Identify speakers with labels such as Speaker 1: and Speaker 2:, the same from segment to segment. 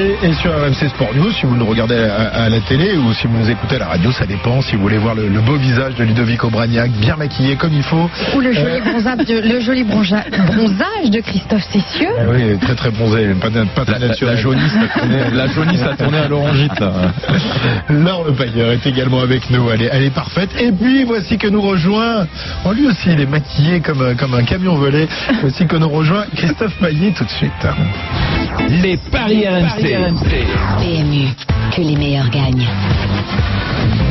Speaker 1: Et, et sur RMC Sport News, si vous nous regardez à, à la télé ou si vous nous écoutez à la radio, ça dépend. Si vous voulez voir le, le beau visage de Ludovic Obraniak, bien maquillé comme il faut.
Speaker 2: Ou le
Speaker 3: Euh.
Speaker 2: joli, bronza- de- le joli bronza- bronzage de Christophe Cessieux.
Speaker 3: Euh,
Speaker 1: Eh Oui, très très bronzé, pas, de- pas très naturel.
Speaker 4: la jaunisse a tourné à l'orangite là.
Speaker 1: Laure Le Payeur est également avec nous, elle est, elle est parfaite. Et puis voici que nous rejoint, en lui aussi il est maquillé comme, un- comme un camion volé, voici que nous rejoint Christophe Maillet tout de suite.
Speaker 4: Les paris RMC.
Speaker 5: PMU, que les meilleurs gagnent.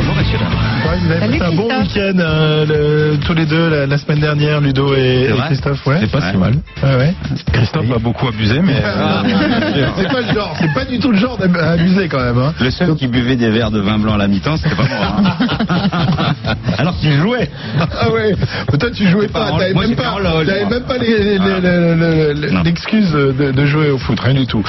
Speaker 1: Ouais, vous avez
Speaker 2: Salut,
Speaker 1: passé un bon
Speaker 2: Christophe.
Speaker 1: week-end euh, le- tous les deux la, la semaine dernière, Ludo et, et Christophe. Ouais.
Speaker 4: C'est pas si mal.
Speaker 1: Ouais, ouais.
Speaker 4: Christophe a beaucoup abusé,
Speaker 3: euh,
Speaker 4: mais
Speaker 1: Ah. C'est pas le genre, c'est pas du tout le genre d'amuser quand même. hein.
Speaker 3: Le seul qui buvait des verres de vin blanc à la mi-temps, c'était pas moi. hein. Alors qu'il jouait.
Speaker 1: Ah ouais, mais toi tu jouais pas,
Speaker 3: Parole-
Speaker 1: t'avais
Speaker 3: moi,
Speaker 1: même
Speaker 3: j'ai
Speaker 1: pas,
Speaker 3: parole, euh,
Speaker 1: t'avais
Speaker 3: moi.
Speaker 1: même pas les- les- les-
Speaker 3: Ah.
Speaker 1: le- le- le-
Speaker 3: Non.
Speaker 1: l'excuse de, de jouer au foot, rien du tout.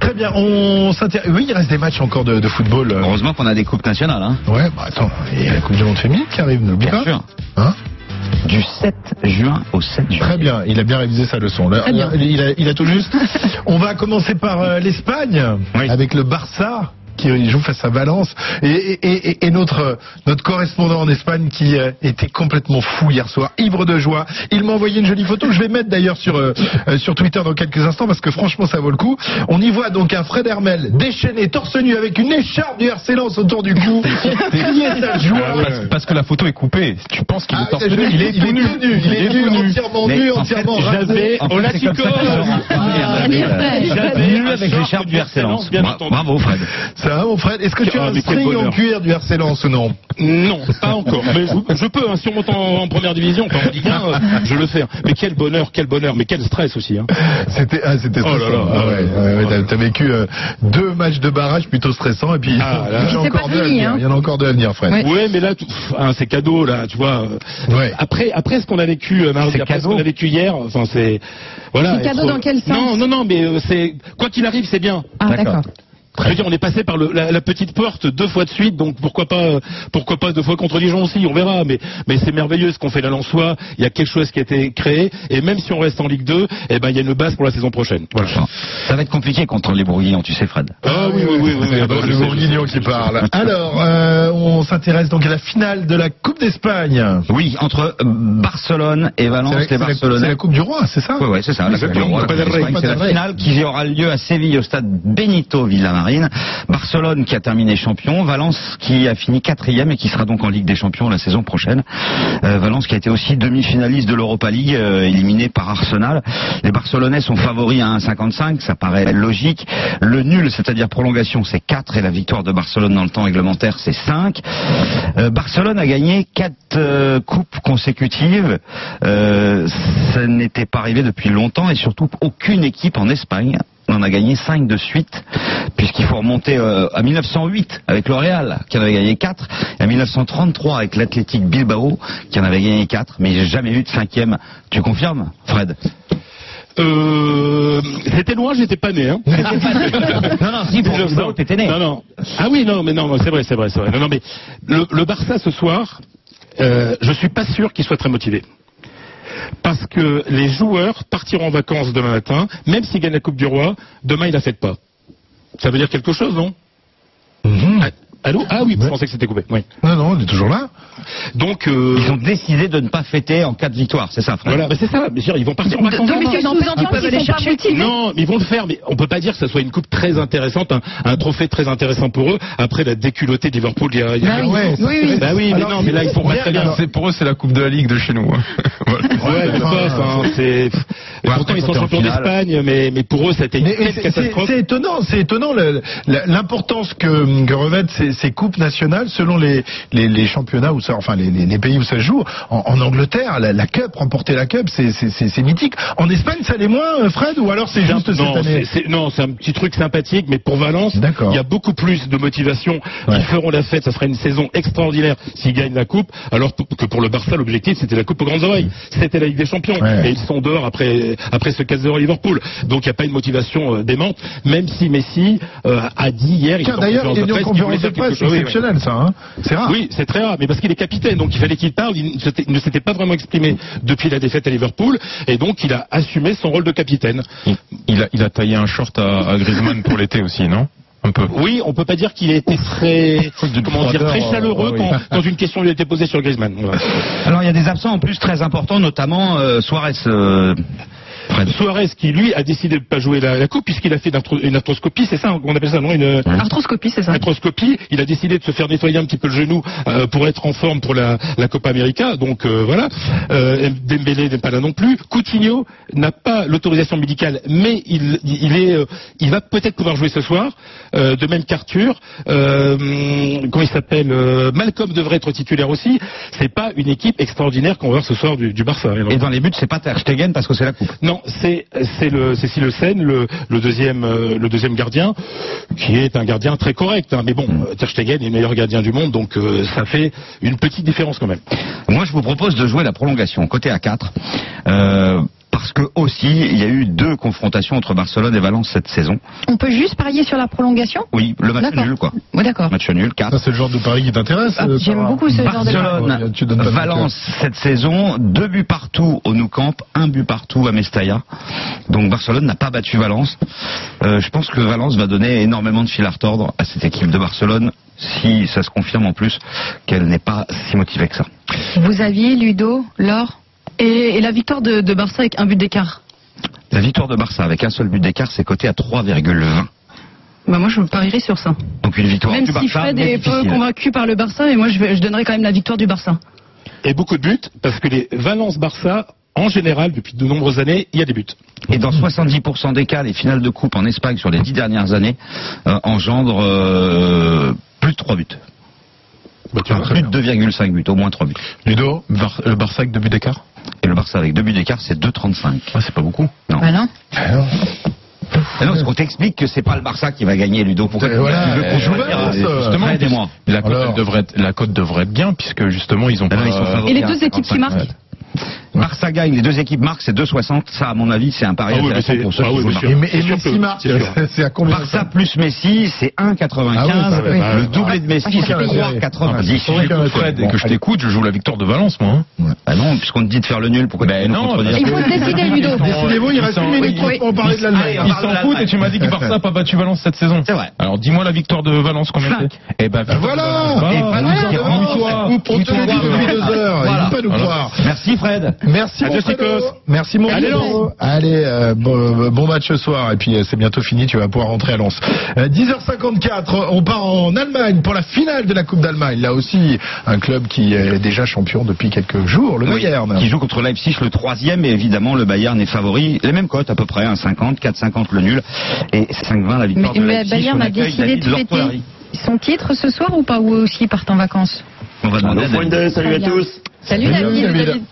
Speaker 1: Très bien, on s'intéresse. Oui, il reste des matchs encore de, de football. euh.
Speaker 3: Heureusement qu'on a des coupes nationales. Hein.
Speaker 1: Ouais, bah attends, il y a la Coupe du Monde féminine qui arrive, n'oublie
Speaker 3: Bien
Speaker 1: pas.
Speaker 3: sûr.
Speaker 1: Hein
Speaker 3: Du 7 juin au 7 juin.
Speaker 1: Très bien, il a bien révisé sa leçon. Là, Il, a, il a tout juste. On va commencer par euh, l'Espagne,
Speaker 3: Oui.
Speaker 1: avec le Barça qui euh, joue face à Valence et, et- et- et notre euh, notre correspondant en Espagne qui euh, était complètement fou hier soir, ivre de joie. Il m'a envoyé une jolie photo, je vais mettre d'ailleurs sur euh, euh, sur Twitter dans quelques instants parce que franchement ça vaut le coup. On y voit donc un Fred Hermel déchaîné, torse nu avec une écharpe du RC Lens autour du cou, crier sa joie.
Speaker 3: Ah
Speaker 4: parce, parce que la photo est coupée. Tu penses qu'il
Speaker 1: Ah,
Speaker 4: est torse
Speaker 1: je-
Speaker 4: nu
Speaker 1: il est tout nu, il est
Speaker 4: tout
Speaker 1: nu, entièrement
Speaker 3: Mais
Speaker 1: nu,
Speaker 3: en fait,
Speaker 1: entièrement rasé.
Speaker 4: J'avais
Speaker 3: En fait, c'est comme ça que Laurent Fabry a
Speaker 2: Ah,
Speaker 3: gagné,
Speaker 2: c'est vrai.
Speaker 3: euh,
Speaker 2: J'avais
Speaker 3: nul avec l'écharpe du RC Lens. Bra- Bravo Fred.
Speaker 1: Ça va mon Fred Est-ce que tu as
Speaker 6: Ah,
Speaker 1: un
Speaker 6: mais quel
Speaker 1: string en
Speaker 6: bonheur.
Speaker 1: cuir du RC Lens ou non
Speaker 6: Non, pas encore. Mais je, je peux, hein, si on monte en, en première division, quand on dit bien, euh, je le fais. hein. Mais quel bonheur, quel bonheur, mais quel stress aussi. Hein.
Speaker 1: C'était ah, c'était
Speaker 6: Oh là
Speaker 1: stressant.
Speaker 6: là.
Speaker 1: Ah ouais, ouais, ouais, t'as- t'as vécu euh, deux matchs de barrage plutôt stressants et puis
Speaker 6: Ah là
Speaker 1: il, y en a
Speaker 2: C'est pas
Speaker 1: encore deux à
Speaker 2: fini,
Speaker 1: venir.
Speaker 2: hein.
Speaker 1: Il y en a encore deux à venir, Fred.
Speaker 2: Ouais.
Speaker 6: Ouais, mais là, tout- pff, hein, c'est cadeau, là, tu vois. euh,
Speaker 1: Ouais.
Speaker 6: Après, après ce qu'on a vécu euh, mardi,
Speaker 4: C'est
Speaker 6: après ce
Speaker 4: cadeau.
Speaker 6: qu'on a vécu hier, enfin, c'est. Voilà.
Speaker 2: C'est cadeau
Speaker 6: être-
Speaker 2: dans quel sens
Speaker 6: Non, non, non, mais euh, c'est. Quoi qu'il arrive, c'est bien.
Speaker 2: Ah, d'accord.
Speaker 6: Je veux dire, on est passé par le- la, la petite porte deux fois de suite, donc pourquoi pas, euh, pourquoi pas deux fois contre Dijon aussi, on verra. Mais, mais c'est merveilleux ce qu'on fait là en soi. Il y a quelque chose qui a été créé, et même si on reste en Ligue 2, eh ben il y a une base pour la saison prochaine. Voilà.
Speaker 3: Ça va être compliqué contre les Bourguignons, tu sais Fred.
Speaker 6: Ah oui, oui, oui, oui, oui,
Speaker 1: C'est
Speaker 6: ah bah, je
Speaker 1: le
Speaker 6: sais,
Speaker 1: Bourguignon
Speaker 6: je
Speaker 1: qui
Speaker 6: sais.
Speaker 1: parle. Alors, euh, on s'intéresse donc à la finale de la Coupe d'Espagne.
Speaker 3: Oui, entre euh, Barcelone et
Speaker 1: C'est la,
Speaker 3: Valence,
Speaker 1: c'est
Speaker 3: les
Speaker 1: la- c'est
Speaker 3: Barcelonais.
Speaker 1: la Coupe du Roi, c'est ça
Speaker 3: Oui, ouais, c'est ça. La Coupe du
Speaker 1: Exactement.
Speaker 3: Roi, la
Speaker 1: Pas
Speaker 3: Coupe
Speaker 1: de règle,
Speaker 3: d'Espagne,
Speaker 1: pas
Speaker 3: c'est
Speaker 1: de
Speaker 3: la
Speaker 1: règle.
Speaker 3: finale qui aura lieu à Séville au stade Benito Villamarín. Barcelone qui a terminé champion, Valence qui a fini quatrième et qui sera donc en Ligue des Champions la saison prochaine. Euh, Valence qui a été aussi demi-finaliste de l'Europa League, euh, éliminé par Arsenal. Les Barcelonais sont favoris à 1,55, ça paraît logique. Le nul, c'est-à-dire prolongation, c'est 4 et la victoire de Barcelone dans le temps réglementaire, c'est 5. Euh, Barcelone a gagné 4 coupes consécutives. Euh, ça n'était pas arrivé depuis longtemps et surtout aucune équipe en Espagne n'en a gagné 5 de suite puisqu'il faut remonter euh, à 1908 avec le Real qui en avait gagné 4 et à 1933 avec l'Athletic Bilbao qui en avait gagné 4 mais j'ai jamais eu de cinquième. Tu confirmes Fred
Speaker 6: Euh, c'était loin, j'étais pas né. Hein.
Speaker 3: Non, non, si, pour Bilbao, t'étais né.
Speaker 6: Non, non. Ah oui, non, mais non, non, c'est vrai, c'est vrai, c'est vrai. Non, non, mais le, le Barça ce soir, euh, je suis pas sûr qu'il soit très motivé. Parce que les joueurs partiront en vacances demain matin, même s'ils gagnent la Coupe du Roi, demain ils la fêtent pas. Ça veut dire quelque chose, non
Speaker 3: Mhm.
Speaker 6: Ah, Allô Ah oui, je pensais que c'était coupé. Oui.
Speaker 1: Non, non, on est toujours là.
Speaker 6: Donc, euh,
Speaker 3: Ils ont décidé de ne pas fêter en cas de victoire, c'est ça Fred
Speaker 6: voilà, mais c'est ça, mais sûr, ils vont partir en vacances.
Speaker 2: Donc,
Speaker 6: demain.
Speaker 2: tu sous-entends qu'ils sont pas motivés
Speaker 6: Non, mais ils vont le faire, mais on peut pas dire que ça soit une coupe très intéressante, un, un trophée très intéressant pour eux, après la déculottée de Liverpool il y a, il y a-
Speaker 2: Bah oui,
Speaker 1: Ouais,
Speaker 2: oui, oui.
Speaker 6: Bah oui, mais
Speaker 1: Alors,
Speaker 6: non, mais là ils font pas très bien.
Speaker 4: C'est pour eux, c'est la Coupe de la Ligue de chez nous.
Speaker 6: hein. Ouais,
Speaker 1: Ouais,
Speaker 6: le
Speaker 1: enfin, euh,
Speaker 6: bof, hein, c'est. Mais
Speaker 3: après,
Speaker 6: pourtant ils
Speaker 3: quand
Speaker 6: sont
Speaker 3: t'es en
Speaker 6: champions
Speaker 3: finale.
Speaker 6: d'Espagne, mais, mais pour eux c'était une
Speaker 1: Mais- mais
Speaker 6: telle
Speaker 1: c'est- c'est
Speaker 6: catastrophe.
Speaker 1: c'est étonnant, c'est étonnant le- la- l'importance que, que revêtent ces, ces coupes nationales selon les, les, les championnats ou ça, enfin les, les- les pays où ça se joue. En, en Angleterre, la, la cup, remporter la cup, c'est- c'est c'est- c'est mythique. En Espagne, ça l'est moins, euh, Fred, ou alors c'est
Speaker 6: C'est un-
Speaker 1: juste
Speaker 6: non,
Speaker 1: cette année.
Speaker 6: c'est- c'est- non, c'est un petit truc sympathique, mais pour Valence,
Speaker 1: D'accord.
Speaker 6: il y a beaucoup plus de motivation.
Speaker 1: Ouais.
Speaker 6: Ils feront la fête, ça sera une saison extraordinaire s'ils gagnent la Coupe, alors p- que pour le Barça, l'objectif, c'était la Coupe aux grandes oreilles. C'était la Ligue des Champions.
Speaker 1: Mm. Ouais.
Speaker 6: Et ils sont dehors après, après ce 4-0 à Liverpool. Donc il n'y a pas une motivation euh, démente, même si Messi euh, a dit hier, il
Speaker 1: Tiens,
Speaker 6: était en
Speaker 1: d'ailleurs, il est
Speaker 6: conférence de
Speaker 1: venu en conférence
Speaker 6: presse, qu'il voulait
Speaker 1: de
Speaker 6: faire
Speaker 1: fois,
Speaker 6: quelque
Speaker 1: c'est
Speaker 6: chose. Oui, oui.
Speaker 1: exceptionnel, ça. hein. C'est rare.
Speaker 6: Oui, c'est très rare, mais parce qu'il est capitaine, donc il fallait qu'il parle. Il ne s'était- il ne s'était pas vraiment exprimé depuis la défaite à Liverpool, et donc il a assumé son rôle de capitaine.
Speaker 4: Il, il a, il a taillé un short à,
Speaker 6: Ah,
Speaker 4: à Griezmann pour l'été aussi, non Un peu.
Speaker 6: Oui, on peut pas dire qu'il a été très,
Speaker 4: D'une
Speaker 6: comment dire,
Speaker 4: froideur,
Speaker 6: très
Speaker 4: euh,
Speaker 6: chaleureux
Speaker 4: ouais,
Speaker 6: quand,
Speaker 4: oui.
Speaker 6: quand une question lui a été posée sur Griezmann. Voilà.
Speaker 3: Alors il y a des absents en plus très importants, notamment euh, Suarez. euh, Fred.
Speaker 6: Suarez, qui lui a décidé de ne pas jouer la, la coupe puisqu'il a fait une arthro- une arthroscopie, c'est ça, on appelle ça non une
Speaker 2: Arthroscopie, c'est ça
Speaker 6: arthroscopie. Il a décidé de se faire nettoyer un petit peu le genou euh, pour être en forme pour la, la Copa América. Donc euh, voilà. Euh, Dembélé n'est pas là non plus. Coutinho n'a pas l'autorisation médicale, mais il, il est, euh, il va peut-être pouvoir jouer ce soir. Euh, de même qu'Arthur. Euh, comment il s'appelle euh, Malcolm devrait être titulaire aussi. C'est pas une équipe extraordinaire qu'on va voir ce soir du, du Barça.
Speaker 3: Et dans les buts, c'est pas Ter Stegen parce que c'est la coupe.
Speaker 6: Non, c'est c'est le c'est Sylo Sen, le, le deuxième euh, le deuxième gardien, qui est un gardien très correct. hein. Mais bon, euh, ter Stegen est le meilleur gardien du monde, donc euh, ça fait une petite différence quand même.
Speaker 3: Moi, je vous propose de jouer la prolongation, côté A4. euh, parce que aussi, il y a eu deux confrontations entre Barcelone et Valence cette saison.
Speaker 2: On peut juste parier sur la prolongation
Speaker 3: Oui, le match
Speaker 2: D'accord.
Speaker 3: nul, quoi.
Speaker 2: Ouais, D'accord.
Speaker 3: Match nul,
Speaker 1: Ça,
Speaker 3: 4.
Speaker 1: Ah, c'est le genre de pari qui t'intéresse.
Speaker 2: Ah,
Speaker 1: euh,
Speaker 2: J'aime
Speaker 1: Sarah.
Speaker 2: beaucoup ce genre de
Speaker 3: Barcelone,
Speaker 1: Tu donnes pas de
Speaker 3: Valence cette saison, deux buts partout au Nou Camp, un but partout à Mestalla. Donc Barcelone n'a pas battu Valence. Euh, je pense que Valence va donner énormément de fil à retordre à cette équipe de Barcelone si ça se confirme en plus qu'elle n'est pas si motivée que ça.
Speaker 2: Vous aviez Ludo, Laure
Speaker 7: Et, et la victoire de, de Barça avec un but d'écart.
Speaker 3: La victoire de Barça avec un seul but d'écart, c'est coté à 3,20.
Speaker 7: Bah moi je parierais sur ça.
Speaker 3: Donc une victoire
Speaker 7: Même
Speaker 3: du
Speaker 7: si
Speaker 3: Barça
Speaker 7: Fred
Speaker 3: mais
Speaker 7: est peu
Speaker 3: difficile.
Speaker 7: convaincu par le Barça, mais moi je, vais- je donnerais quand même la victoire du Barça.
Speaker 6: Et beaucoup de buts parce que les Valence Barça en général depuis de nombreuses années, il y a des buts.
Speaker 3: Et dans 70% des cas, les finales de coupe en Espagne sur les dix dernières années euh, engendrent euh, plus de 3 buts.
Speaker 1: Bah, tu vois, très
Speaker 3: Plus
Speaker 1: bien.
Speaker 3: de 2,5 buts, au moins 3 buts.
Speaker 4: Ludo, Bar- euh, Barça avec deux buts d'écart
Speaker 3: Et le Barça avec deux buts d'écart, c'est 2,35.
Speaker 4: Ah, C'est pas beaucoup.
Speaker 3: Non.
Speaker 2: Bah non.
Speaker 1: Alors,
Speaker 3: Mais non, parce qu'on t'explique que c'est pas le Barça qui va gagner, Ludo. Pourquoi
Speaker 1: Et
Speaker 3: tu
Speaker 1: voilà,
Speaker 3: tu veux qu'on
Speaker 1: et
Speaker 3: joue
Speaker 1: voilà,
Speaker 3: euh,
Speaker 1: justement,
Speaker 3: Fred et moi.
Speaker 4: La cote
Speaker 1: Alors.
Speaker 4: elle devrait être, la cote devrait être bien puisque justement ils ont
Speaker 3: Ah non,
Speaker 4: pas.
Speaker 3: ils sont
Speaker 4: euh,
Speaker 3: favoris.
Speaker 7: Et les
Speaker 3: Ok,
Speaker 7: deux équipes qui
Speaker 3: 55,
Speaker 7: marquent
Speaker 3: ouais. Barça gagne, les deux équipes marquent, c'est 2,60. Ça, à mon avis, c'est un pari
Speaker 6: Ah oui, mais
Speaker 3: intéressant
Speaker 6: c'est-
Speaker 3: pour ceux
Speaker 6: ah
Speaker 3: qui
Speaker 6: oui,
Speaker 3: jouent le
Speaker 6: bien sûr.
Speaker 1: Et,
Speaker 3: Barça.
Speaker 1: mais- et
Speaker 6: C'est sûr
Speaker 1: Messi
Speaker 6: que-
Speaker 1: marque,
Speaker 6: c'est sûr.
Speaker 1: c'est à combien
Speaker 3: Barça plus Messi, c'est 1,95.
Speaker 1: Ah oui, bah,
Speaker 3: le
Speaker 1: bah,
Speaker 3: doublé de Messi, c'est
Speaker 1: bah, bah, bah,
Speaker 3: 3,90.
Speaker 1: bah, bah, bah,
Speaker 4: Fred, et
Speaker 1: Bon,
Speaker 4: que je
Speaker 1: allez.
Speaker 4: t'écoute, je joue la victoire de Valence, moi. hein.
Speaker 3: Bah non, puisqu'on te dit de faire le nul, pourquoi
Speaker 1: Bah
Speaker 4: Ben
Speaker 3: tu veux nous
Speaker 4: non,
Speaker 3: contredire
Speaker 2: Il faut décider, Ludo.
Speaker 1: Décidez-vous, il
Speaker 4: Ils
Speaker 1: reste
Speaker 4: sont-
Speaker 1: une minute
Speaker 4: oui,
Speaker 1: trente
Speaker 2: oui.
Speaker 1: pour parler de l'Allemagne.
Speaker 3: Allez, on parle
Speaker 4: Ils
Speaker 3: de
Speaker 4: s'en
Speaker 3: l'Allemagne.
Speaker 4: foutent et tu m'as dit que Barça n'a pas battu Valence cette saison.
Speaker 3: C'est vrai.
Speaker 4: Alors dis-moi la victoire de Valence combien
Speaker 3: Cinq.
Speaker 4: c'est Eh ben
Speaker 1: Voilà
Speaker 4: Valence,
Speaker 3: Et
Speaker 4: bah,
Speaker 3: Valence qui
Speaker 4: bah,
Speaker 3: rentre.
Speaker 4: mouille-toi.
Speaker 1: On te le dit depuis
Speaker 3: Voilà.
Speaker 1: deux heures, il
Speaker 3: Voilà.
Speaker 1: ne faut pas nous croire.
Speaker 3: Merci Fred.
Speaker 1: Merci
Speaker 6: À
Speaker 1: mon
Speaker 6: deux
Speaker 1: Fredo.
Speaker 6: Chicos.
Speaker 1: Merci mon
Speaker 6: Allez,
Speaker 1: Fredo.
Speaker 6: Lens.
Speaker 1: Allez, euh, bon, bon match ce soir et puis euh, c'est bientôt fini, tu vas pouvoir rentrer à Lens. Euh, 10h54, on part en Allemagne pour la finale de la Coupe d'Allemagne. Là aussi, un club qui est déjà champion depuis quelques jours, le
Speaker 3: Oui,
Speaker 1: Bayern.
Speaker 3: Qui joue contre Leipzig le troisième et évidemment le Bayern est favori. Les mêmes cotes à peu près, hein, 1,50, 4,50 le nul et 5,20 la victoire
Speaker 2: Mais,
Speaker 3: de
Speaker 2: mais
Speaker 3: Leipzig.
Speaker 2: Bayern
Speaker 3: On
Speaker 2: a
Speaker 3: accueille
Speaker 2: décidé
Speaker 3: David
Speaker 2: de fêter
Speaker 3: Lortolari.
Speaker 2: son titre ce soir ou pas Ou aussi ils partent en vacances
Speaker 3: On va demander à David.
Speaker 2: Salut à tous. Salut
Speaker 1: Salut,
Speaker 2: David.
Speaker 1: David.
Speaker 2: David.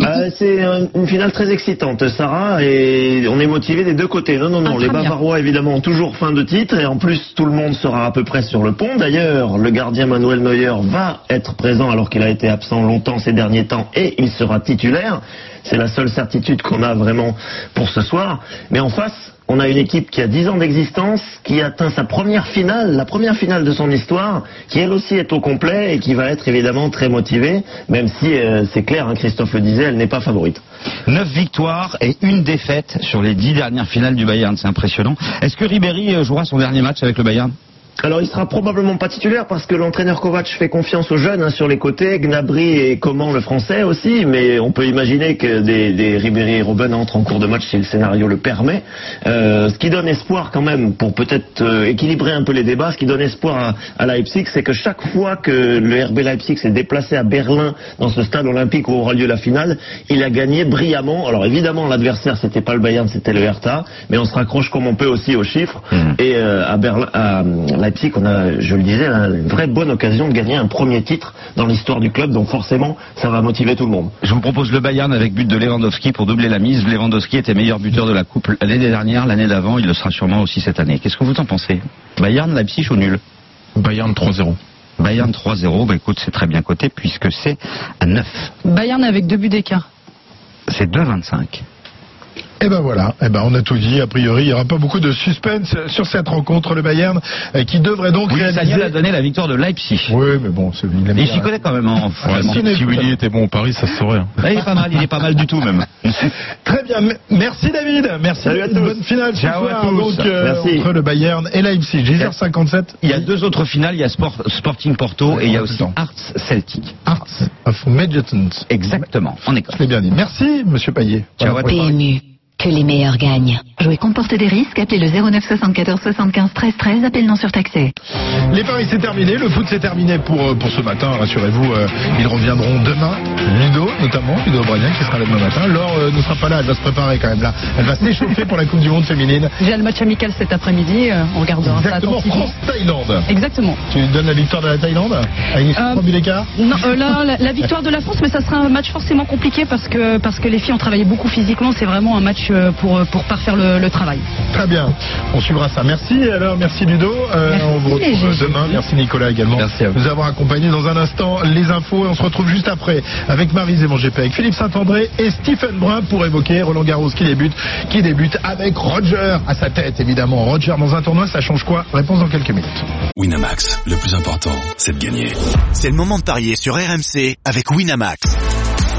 Speaker 8: Euh, c'est un- une finale très excitante, Sarah, et on est motivé des deux côtés. Non, non, non,
Speaker 2: Ah,
Speaker 8: les
Speaker 2: très bien.
Speaker 8: Bavarois, évidemment, ont toujours fin de titre, et en plus, tout le monde sera à peu près sur le pont. D'ailleurs, le gardien Manuel Neuer va être présent alors qu'il a été absent longtemps ces derniers temps, et il sera titulaire. C'est la seule certitude qu'on a vraiment pour ce soir. Mais en face, on a une équipe qui a 10 ans d'existence, qui atteint sa première finale, la première finale de son histoire, qui elle aussi est au complet et qui va être évidemment très motivée, même si euh, c'est clair, hein, Christophe le disait, elle n'est pas favorite.
Speaker 3: 9 victoires et une défaite sur les 10 dernières finales du Bayern, c'est impressionnant. Est-ce que Ribéry euh, jouera son dernier match avec le Bayern
Speaker 8: Alors il sera probablement pas titulaire parce que l'entraîneur Kovac fait confiance aux jeunes hein, sur les côtés, Gnabry et Coman le français aussi, mais on peut imaginer que des, des Ribéry et Robben entrent en cours de match si le scénario le permet, Euh, ce qui donne espoir quand même pour peut-être euh, équilibrer un peu les débats, ce qui donne espoir à, à Leipzig, c'est que chaque fois que le RB Leipzig s'est déplacé à Berlin dans ce stade olympique où aura lieu la finale, il a gagné brillamment. Alors évidemment l'adversaire c'était pas le Bayern, c'était le Hertha, mais on se raccroche comme on peut aussi aux chiffres et euh, à Berlin, à euh, Leipzig, on a, je le disais, là, une vraie bonne occasion de gagner un premier titre dans l'histoire du club. Donc forcément, ça va motiver tout le monde.
Speaker 3: Je vous propose le Bayern avec but de Lewandowski pour doubler la mise. Lewandowski était meilleur buteur de la Coupe l'année dernière, l'année d'avant, il le sera sûrement aussi cette année. Qu'est-ce que vous en pensez Bayern, Leipzig ou nul
Speaker 4: Bayern 3-0.
Speaker 3: Bayern 3-0, bah écoute, c'est très bien coté puisque c'est à 9.
Speaker 7: Bayern avec deux buts d'écart.
Speaker 3: C'est 2,25.
Speaker 1: Et ben voilà, et ben on a tout dit. A priori, il n'y aura pas beaucoup de suspense sur cette rencontre. Le Bayern euh, qui devrait donc
Speaker 3: Oui, Sagna
Speaker 1: réaliser.
Speaker 3: a donné la victoire de Leipzig.
Speaker 1: Oui, mais bon, c'est il aime
Speaker 3: Et
Speaker 1: bien. hein.
Speaker 3: j'y connais quand même en
Speaker 9: Ouais,
Speaker 3: allemand.
Speaker 9: si, si Willy était bon au Paris, ça se saurait. hein.
Speaker 3: Ouais, Il est pas mal, il est pas mal du tout même.
Speaker 1: Très bien, m- merci David. Merci.
Speaker 10: Salut à
Speaker 1: David.
Speaker 10: tous.
Speaker 1: Bonne finale ce
Speaker 3: Ciao à
Speaker 1: soir,
Speaker 3: tous.
Speaker 1: donc euh,
Speaker 10: Merci.
Speaker 1: entre le Bayern et Leipzig. 10h57.
Speaker 3: Il y a deux autres finales, il y a Sport- Sporting Porto et il y a aussi
Speaker 1: Attends.
Speaker 3: Arts Celtic.
Speaker 1: Arts of Medjugorje.
Speaker 3: Exactement, en Écosse.
Speaker 1: Je l'ai bien dit. Merci, Monsieur Payet.
Speaker 3: Ciao
Speaker 1: Voilà.
Speaker 3: à tous.
Speaker 11: PMU, que les meilleurs gagnent.
Speaker 4: Jouer comporte des risques. Appelez le 09 74 75 13 13. Appel non surtaxé.
Speaker 1: Les paris c'est terminé, le foot c'est terminé pour, euh, pour ce matin, rassurez-vous, euh, ils reviendront demain, Ludo notamment, Ludo O'Brien qui sera là demain matin, Laure euh, ne sera pas là, elle va se préparer quand même là, elle va s'échauffer pour la Coupe du Monde féminine,
Speaker 2: J'ai le match amical cet après-midi, euh, on regardera ça
Speaker 1: exactement
Speaker 2: attentivement.
Speaker 1: France-Thaïlande.
Speaker 2: Exactement.
Speaker 1: Tu lui donnes la victoire de la Thaïlande avec
Speaker 2: Euh,
Speaker 1: 3 buts d'écart
Speaker 2: Non, euh, là, la, la victoire de la France, mais ça sera un match forcément compliqué parce que, parce que les filles ont travaillé beaucoup physiquement. C'est vraiment un match euh, pour, euh, pour parfaire le, le travail.
Speaker 1: Très bien, on suivra ça. Merci alors, merci Ludo. Euh,
Speaker 4: Merci,
Speaker 1: on vous retrouve
Speaker 4: les
Speaker 1: demain. Merci Nicolas également.
Speaker 3: Merci à vous.
Speaker 1: Nous avons accompagné dans un instant les infos et on se retrouve juste après avec Marie Zémangépé, avec Philippe Saint-André et Stephen Brun pour évoquer Roland Garros qui débute, qui débute avec Roger à sa tête évidemment. Roger dans un tournoi, ça change quoi Réponse dans quelques minutes.
Speaker 12: Winamax, le plus important, c'est de gagner.
Speaker 13: C'est le moment de parier sur RMC avec Winamax.